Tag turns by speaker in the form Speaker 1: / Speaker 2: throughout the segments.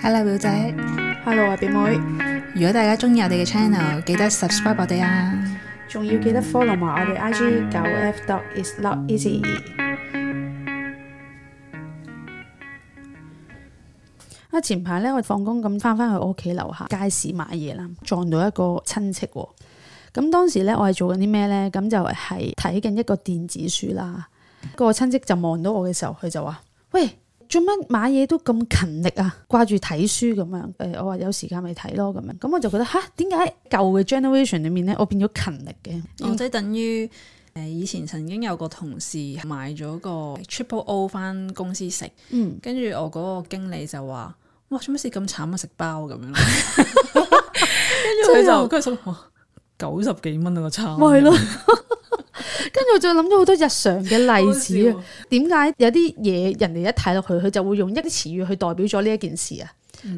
Speaker 1: Hello 表姐，
Speaker 2: Hello 啊，表妹，
Speaker 1: 如果大家中意我哋嘅 channel，記得 subscribe 我哋啊！
Speaker 2: 仲要記得 follow 埋我哋 IG 九 F dot is not easy。啊！前排咧，我放工咁翻返去我屋企樓下街市買嘢啦，撞到一個親戚喎。咁當時咧，我係做緊啲咩咧？咁就係睇緊一個電子書啦。個親戚就望到我嘅時候，佢就話：，喂，做乜買嘢都咁勤力啊？掛住睇書咁樣。誒、我話有時間咪睇咯咁樣。咁我就覺得吓，點解舊嘅 generation 裏面咧，我變咗勤力嘅？
Speaker 3: 我哦即係等於誒、呃以前曾經有個同事買咗個 Triple O 翻公司食，
Speaker 2: 嗯，
Speaker 3: 跟住我嗰個經理就話：哇，做乜事咁慘啊？食包咁樣咯，啊跟住佢就跟住心諗哇九十幾蚊啊個餐，
Speaker 2: 咪係咯。 跟住我就諗咗好多日常嘅例子啊。點解有啲嘢人哋一睇落去，佢就會用一啲詞語去代表咗呢一件事啊？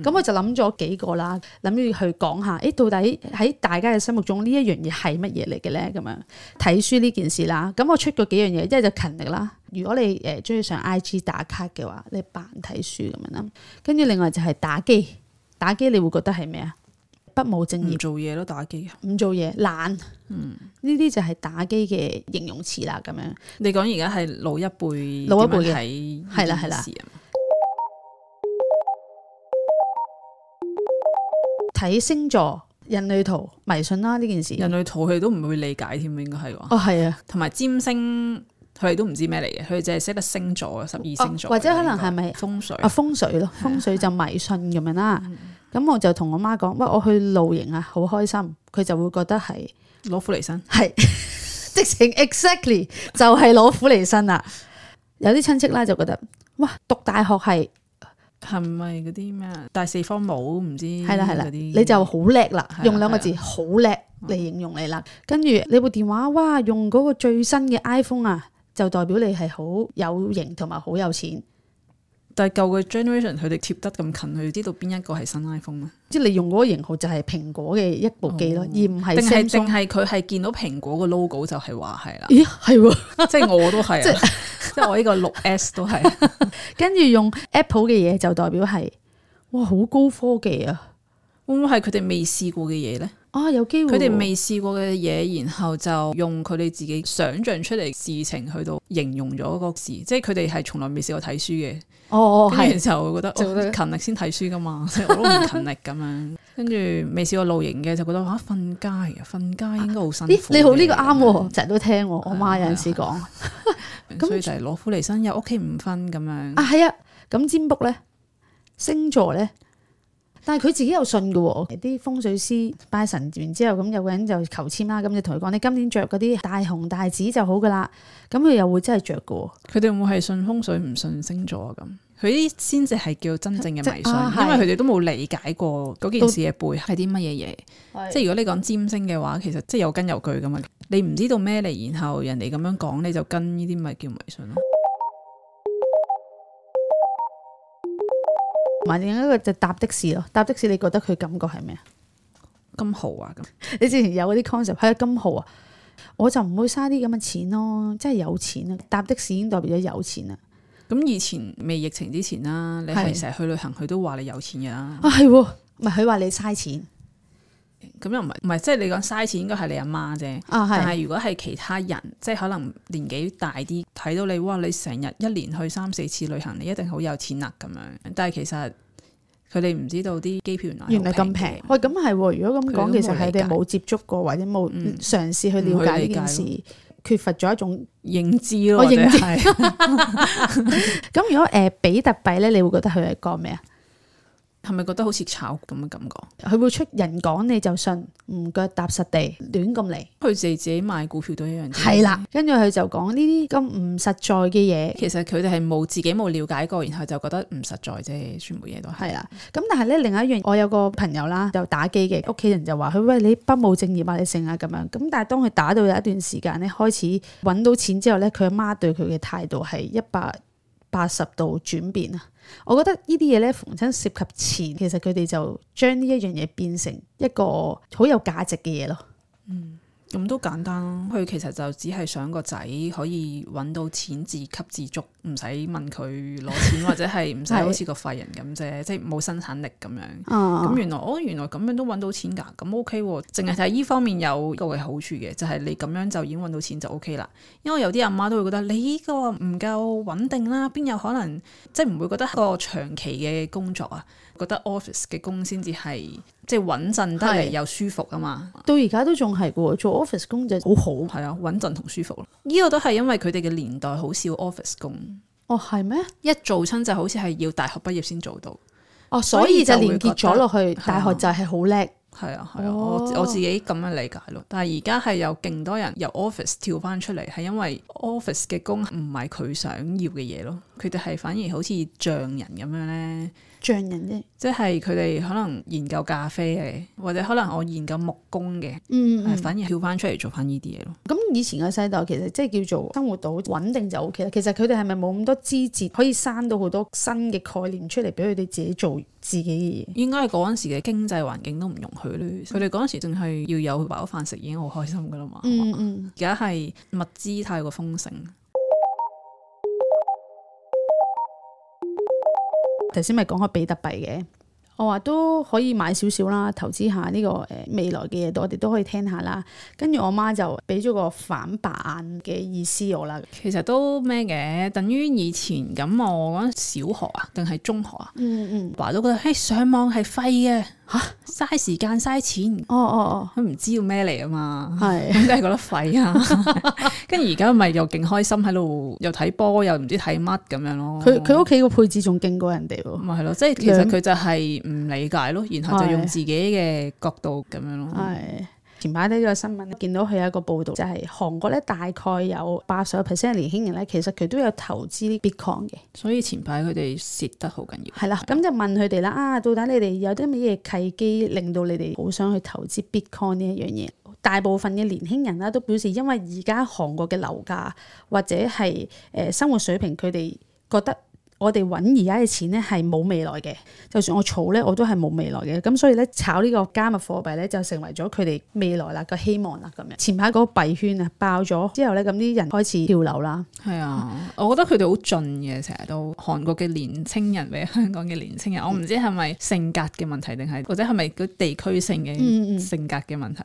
Speaker 2: 咁、我就諗咗幾個啦，諗住去講下，誒到底喺大家嘅心目中呢一樣嘢係乜嘢嚟嘅咧？咁樣睇書呢件事啦，咁我出過幾樣嘢，一係就勤力啦。如果你誒中意上 IG 打卡嘅話，你扮睇書咁樣啦。跟住另外就係打機，打機你會覺得係咩啊？不務正業
Speaker 3: 唔。做嘢咯，打機。
Speaker 2: 唔做嘢，懶，呢啲、就係打機嘅形容詞啦，咁樣
Speaker 3: 你講而家係老一輩
Speaker 2: 老一輩嘅
Speaker 3: 嘅
Speaker 2: 係啦係啦
Speaker 3: 啊
Speaker 2: 睇星座、人類圖、迷信啦呢件事。
Speaker 3: 人類圖佢哋都唔會理解添，應該係話，
Speaker 2: 哦，係啊，
Speaker 3: 同埋占星佢哋都唔知咩嚟嘅，佢哋淨係識得星座十二星座
Speaker 2: 哦
Speaker 3: 嚟嘅，
Speaker 2: 或者可能
Speaker 3: 應該
Speaker 2: 係咪
Speaker 3: 風水
Speaker 2: 啊風水咯，風水就迷信咁樣啦。
Speaker 3: 嗯
Speaker 2: 咁我就同我媽講，喂，我去露營啊，好開心。佢就會覺得係
Speaker 3: 攞苦嚟辛？
Speaker 2: 係直情 exactly 就係攞苦嚟辛啦。有啲親戚啦就覺得，哇，讀大學係
Speaker 3: 係咪嗰啲咩啊？但係四方帽唔知
Speaker 2: 係啦係啦，
Speaker 3: 嗰啲
Speaker 2: 你就好叻啦
Speaker 3: 係，啊
Speaker 2: 用兩個
Speaker 3: 係嗯
Speaker 2: 字好叻嚟形容你啦。跟住你部電話，哇，用嗰個最新嘅 iPhone 啊，就代表你係好有型同埋好有錢。
Speaker 3: 但係舊嘅 generation 佢哋貼得咁近，佢知道邊一個係新 iPhone 啊咩？
Speaker 2: 即係你用嗰個型號就係蘋果嘅一部機咯，
Speaker 3: 哦
Speaker 2: 而唔係
Speaker 3: 定係定
Speaker 2: Samsung。，
Speaker 3: 係佢係見到蘋果個 logo 就係話係啦
Speaker 2: 咦，係喎，
Speaker 3: 即係我都係啊， 即係我呢個六 S 都 係。
Speaker 2: 跟住用 Apple 嘅嘢就代表係，哇，好高科技啊！
Speaker 3: 會唔會係佢哋未試過嘅嘢呢？
Speaker 2: 啊，有機會
Speaker 3: 佢
Speaker 2: 喎
Speaker 3: 哋未試過嘅嘢，然後就用佢哋自己想像出嚟事情去到形容咗個事，即係佢哋係從來未試過睇書嘅，
Speaker 2: 哦，哦
Speaker 3: 跟
Speaker 2: 係
Speaker 3: 住就覺得
Speaker 2: 就覺得
Speaker 3: 哦勤力先睇書噶嘛， 即係我都唔勤力咁樣。跟住未試過露營嘅就覺得嚇瞓街啊，瞓街應該好辛苦嘅。嗯
Speaker 2: 咦，你好呢個啱
Speaker 3: 咁樣
Speaker 2: 喎，成日都聽喎，我媽有陣時講啊，咁
Speaker 3: 所以就係攞苦嚟辛，又屋企唔分咁樣。
Speaker 2: 係啊，咁占卜咧，星座咧，但係佢自己有信嘅喎，啲風水師拜神完之後，咁有個人就求籤啦，咁就同佢講你今年着嗰啲大紅大紫就好噶啦，咁佢又會真係着嘅喎。
Speaker 3: 佢哋會唔會係信風水唔信星座啊咁？佢啲先至係叫真正嘅迷
Speaker 2: 即
Speaker 3: 信，
Speaker 2: 啊係
Speaker 3: 因為佢哋都冇理解過嗰件事嘅背後係啲乜嘢嘢。
Speaker 2: 係
Speaker 3: 即係如果你講占星嘅話，其實即係有根有據噶嘛。你唔知道咩嚟，然後人哋咁樣講，你就跟呢啲咪叫迷信咯。
Speaker 2: 同埋另一個就搭的士咯，搭的士你覺得佢感覺係咩啊？
Speaker 3: 金豪啊咁，
Speaker 2: 你之前有嗰啲 concept 係啊金號啊，我就唔會嘥啲咁嘅錢咯，真係有錢啊！搭的士已經代表咗有錢啦。
Speaker 3: 咁以前未疫情之前啦，你
Speaker 2: 係
Speaker 3: 係成日去旅行，佢都話你有錢㗎啦。
Speaker 2: 啊係喎，唔係佢話你嘥錢
Speaker 3: 咁又唔係唔係，即係你講嘥錢應該係你阿媽啫。
Speaker 2: 啊
Speaker 3: 但
Speaker 2: 係
Speaker 3: 係如果係其他人，即係可能年紀大啲，睇到你哇，你成日一年去三四次旅行，你一定好有錢啦咁樣。但係其實佢哋唔知道啲機票
Speaker 2: 原
Speaker 3: 原
Speaker 2: 來
Speaker 3: 來
Speaker 2: 咁
Speaker 3: 好
Speaker 2: 啊平
Speaker 3: 嘅，
Speaker 2: 喂，咁係喎。如果
Speaker 3: 佢
Speaker 2: 咁講，
Speaker 3: 都冇
Speaker 2: 其實係你
Speaker 3: 理解
Speaker 2: 冇接觸過或者冇嘗試去了解呢件
Speaker 3: 唔去理
Speaker 2: 事，缺乏咗一種。
Speaker 3: 認知咯，
Speaker 2: 我
Speaker 3: 或者
Speaker 2: 認知
Speaker 3: 係
Speaker 2: 咁如果誒比特幣咧，你會覺得佢係講咩啊？
Speaker 3: 係咪覺得好似炒咁嘅感覺？
Speaker 2: 佢會出人講你就信，唔腳踏實地，亂咁嚟。
Speaker 3: 佢哋自己買股票都一樣啫。
Speaker 2: 係啦，跟住佢就講呢啲咁唔實在嘅嘢。
Speaker 3: 其實佢哋係冇自己冇了解過，然後就覺得唔實在啫，全部嘢都係。
Speaker 2: 係啦，咁但係咧，另外一樣，我有個朋友啦，就打機嘅，屋企人就話佢喂你不務正業啊，你成啊咁樣。咁但係當佢打到有一段時間咧，開始揾到錢之後咧，佢阿媽對佢嘅態度係一百八十度轉變啊！我覺得呢啲嘢咧，逢親涉及錢，其實佢哋就將呢一樣嘢變成一個好有價值嘅嘢咯。
Speaker 3: 咁都簡單咯。佢其實就只係想個仔可以揾到錢自給自足，唔使問佢攞錢，或者係唔使
Speaker 2: 係
Speaker 3: 好似個廢人咁啫，即係冇生產力咁樣。
Speaker 2: 啊
Speaker 3: 咁原來哦，原來咁樣都揾到錢㗎，咁 OK 喎。淨係睇呢方面有個嘅好處嘅，就係、你咁樣就已經揾到錢就 OK 啦。因為有啲阿媽都會覺得你呢個唔夠穩定啦，邊有可能即係唔會覺得一個長期嘅工作啊，覺得 office 嘅工先至係即係穩陣得嚟
Speaker 2: 係
Speaker 3: 又舒服啊嘛。
Speaker 2: 到而家都仲係嘅喎，做 office 工就好好。
Speaker 3: 係啊，穩陣同舒服咯。呢、個都係因為佢哋嘅年代好少 office 工，
Speaker 2: 哦，係咩？
Speaker 3: 一做親就好似係要大學畢業先做到。
Speaker 2: 哦，
Speaker 3: 所
Speaker 2: 所
Speaker 3: 以
Speaker 2: 以
Speaker 3: 就
Speaker 2: 就連結咗落去，
Speaker 3: 覺得啊
Speaker 2: 大學就係好叻。
Speaker 3: 係啊，係啊，
Speaker 2: 哦
Speaker 3: 我我自己咁樣理解咯。但係而家係有勁多人由 office 跳翻出嚟，係因為 office 嘅工唔係佢想要嘅嘢咯。佢哋係反而好似匠人咁樣咧，
Speaker 2: 匠人啫。
Speaker 3: 即係佢哋可能研究咖啡嘅，或者可能我研究木工嘅，
Speaker 2: 嗯
Speaker 3: 係反而跳翻出嚟做翻呢啲嘢咯。
Speaker 2: 咁以前嘅世代其實即係叫做生活到穩定就 O K 啦。其實佢哋係咪冇咁多枝節，可以生到好多新嘅概念出嚟俾佢哋自己做自己嘅嘢？
Speaker 3: 應該係嗰陣時嘅經濟環境都唔容許咧，佢哋嗰陣時淨係要有飽飯食已經好開心噶啦嘛。係嘛
Speaker 2: 嗯嗯，
Speaker 3: 而家係物資太過豐盛，
Speaker 2: 頭先咪講開比特幣嘅，我話都可以買少少啦，投資下呢、個誒、呃未來嘅嘢，我哋都可以聽下啦。跟住我媽就俾咗個反白眼嘅意思我啦。
Speaker 3: 其實都咩嘅，等於以前咁我嗰陣小學啊，定係中學啊，
Speaker 2: 嗯嗯，
Speaker 3: 爸都覺得，嘿上網係廢嘅，嚇嘥時間嘥錢，
Speaker 2: 哦哦
Speaker 3: 佢唔知道咩嚟啊嘛
Speaker 2: 哦，。係。
Speaker 3: 咁梗係覺得廢啊！ 跟住而家咪又勁開心喺度，又睇波，又唔知睇乜咁樣咯。
Speaker 2: 佢佢屋企個配置仲勁過人哋喎。
Speaker 3: 咪係咯，即係其實佢就係唔理解咯，然後就
Speaker 2: 係
Speaker 3: 用自己嘅角度咁樣咯。
Speaker 2: 係前排睇咗個新聞，見到佢有一個報導，就係、韓國咧大概有八十 percent 年輕人咧，其實佢都有投資呢 Bitcoin 嘅，
Speaker 3: 所以前排佢哋蝕得好緊要。
Speaker 2: 係啦。咁就問佢哋啦，啊，到底你哋有啲乜嘢契機令到你哋好想去投資 Bitcoin 呢一樣嘢？大部分嘅年輕人啦，都表示因為而家韓國嘅樓價或者係誒、呃生活水平，佢哋覺得我哋揾而家嘅錢咧係冇未來嘅，就算我儲咧我都係冇未來嘅，咁所以咧炒呢個加密貨幣咧就成為咗佢哋未來啦個希望啦咁樣。前排嗰個幣圈啊爆咗之後咧，咁啲人開始跳樓啦，
Speaker 3: 係啊， 我覺得佢哋好盡嘅，成日都韓國嘅年青人比香港嘅年青
Speaker 2: 嗯
Speaker 3: 人，我唔知係咪性格嘅問題，定係或者係咪嗰地區性
Speaker 2: 嗯
Speaker 3: 嘅
Speaker 2: 嗯
Speaker 3: 性格嘅問題。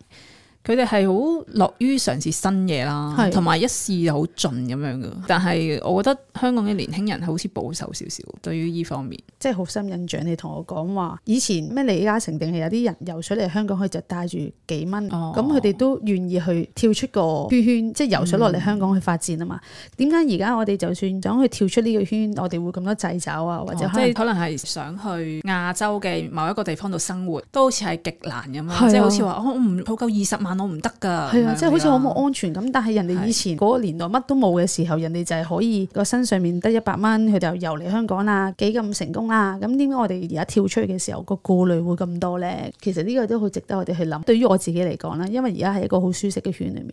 Speaker 3: 佢哋係好樂於嘗試新嘢啦，
Speaker 2: 係
Speaker 3: 同埋一試就好盡咁樣噶。但係我覺得香港嘅年輕人係好似保守少少，對於呢方面。
Speaker 2: 即係好深印象。你同我講話以前咩李嘉誠定係有啲人游水嚟香港，佢就帶住幾蚊，
Speaker 3: 哦
Speaker 2: 咁佢哋都願意去跳出個圈圈，即係游水落嚟香
Speaker 3: 嗯
Speaker 2: 港去發展啊嘛。點解而家我哋就算想去跳出呢個圈，我哋會咁多掣肘啊，或者
Speaker 3: 哦
Speaker 2: 可
Speaker 3: 即
Speaker 2: 能
Speaker 3: 係可能係想去亞洲嘅某一個地方度生活，都好似係極難咁
Speaker 2: 係
Speaker 3: 樣，
Speaker 2: 啊
Speaker 3: 即係好似話哦我唔好夠二十萬我唔得㗎，
Speaker 2: 係
Speaker 3: 咁樣
Speaker 2: 啊，即係好似好
Speaker 3: 㗎
Speaker 2: 冇安全感。但係人哋以前嗰個年代乜都冇嘅時候，人哋就係可以個身上面得一百蚊，佢就遊嚟香港啦，幾咁成功啦。咁點解我哋而家跳出去嘅時候個顧慮會咁多咧？其實呢個都好值得我哋去諗。對於我自己嚟講啦，因為而家係一個好舒適嘅圈裏面。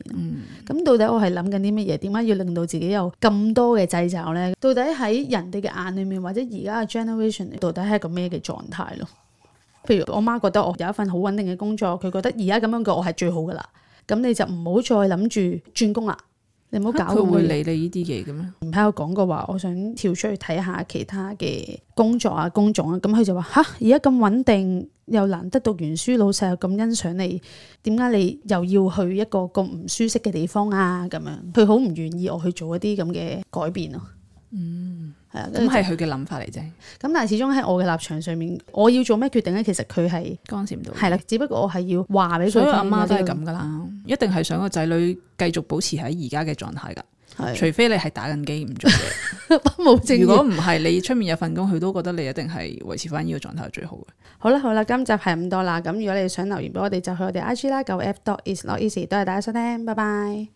Speaker 2: 咁、到底我係諗緊啲乜嘢？點解要令到自己有咁多嘅掣肘咧？到底喺人哋嘅眼裏面，或者而家嘅 generation 到底係一個咩嘅狀態咯？譬如我媽覺得我有一份好穩定嘅工作，佢覺得而家咁樣嘅我係最好噶啦。咁你就唔好再諗住轉工啦，你唔好搞
Speaker 3: 佢會
Speaker 2: 會
Speaker 3: 理你呢啲嘢嘅咩？
Speaker 2: 前排有講過話，我想跳出去睇下其他嘅工作啊、工種啊，咁佢就話吓，而家咁穩定，又難得讀完書，老細又咁欣賞你，點解你又要去一個咁唔舒適嘅地方啊？咁樣佢好唔願意我去做一啲咁嘅改變咯。嗯，係啊，
Speaker 3: 咁
Speaker 2: 跟住就咁
Speaker 3: 係佢嘅諗法嚟啫，
Speaker 2: 但係始終喺我嘅立場上面，我要做咩決定咧？其實佢係
Speaker 3: 干涉唔到。
Speaker 2: 係啦，只不過我係要話俾佢
Speaker 3: 所
Speaker 2: 聽
Speaker 3: 有阿
Speaker 2: 有
Speaker 3: 媽
Speaker 2: 啲
Speaker 3: 都係咁噶啦，一定係想個仔女繼續保持喺而家嘅狀態噶，
Speaker 2: 係
Speaker 3: 除非你係打緊機唔做嘢。
Speaker 2: 冇 正
Speaker 3: 如
Speaker 2: 義
Speaker 3: 果唔係，你出面有份工，佢都覺得你一定係維持翻呢個狀態係最好嘅。
Speaker 2: 好啦好啦，今集係咁多啦。咁如果你想留言俾我哋，就去我哋 I G 啦，九 F dot is not easy。多謝大家收聽，拜拜。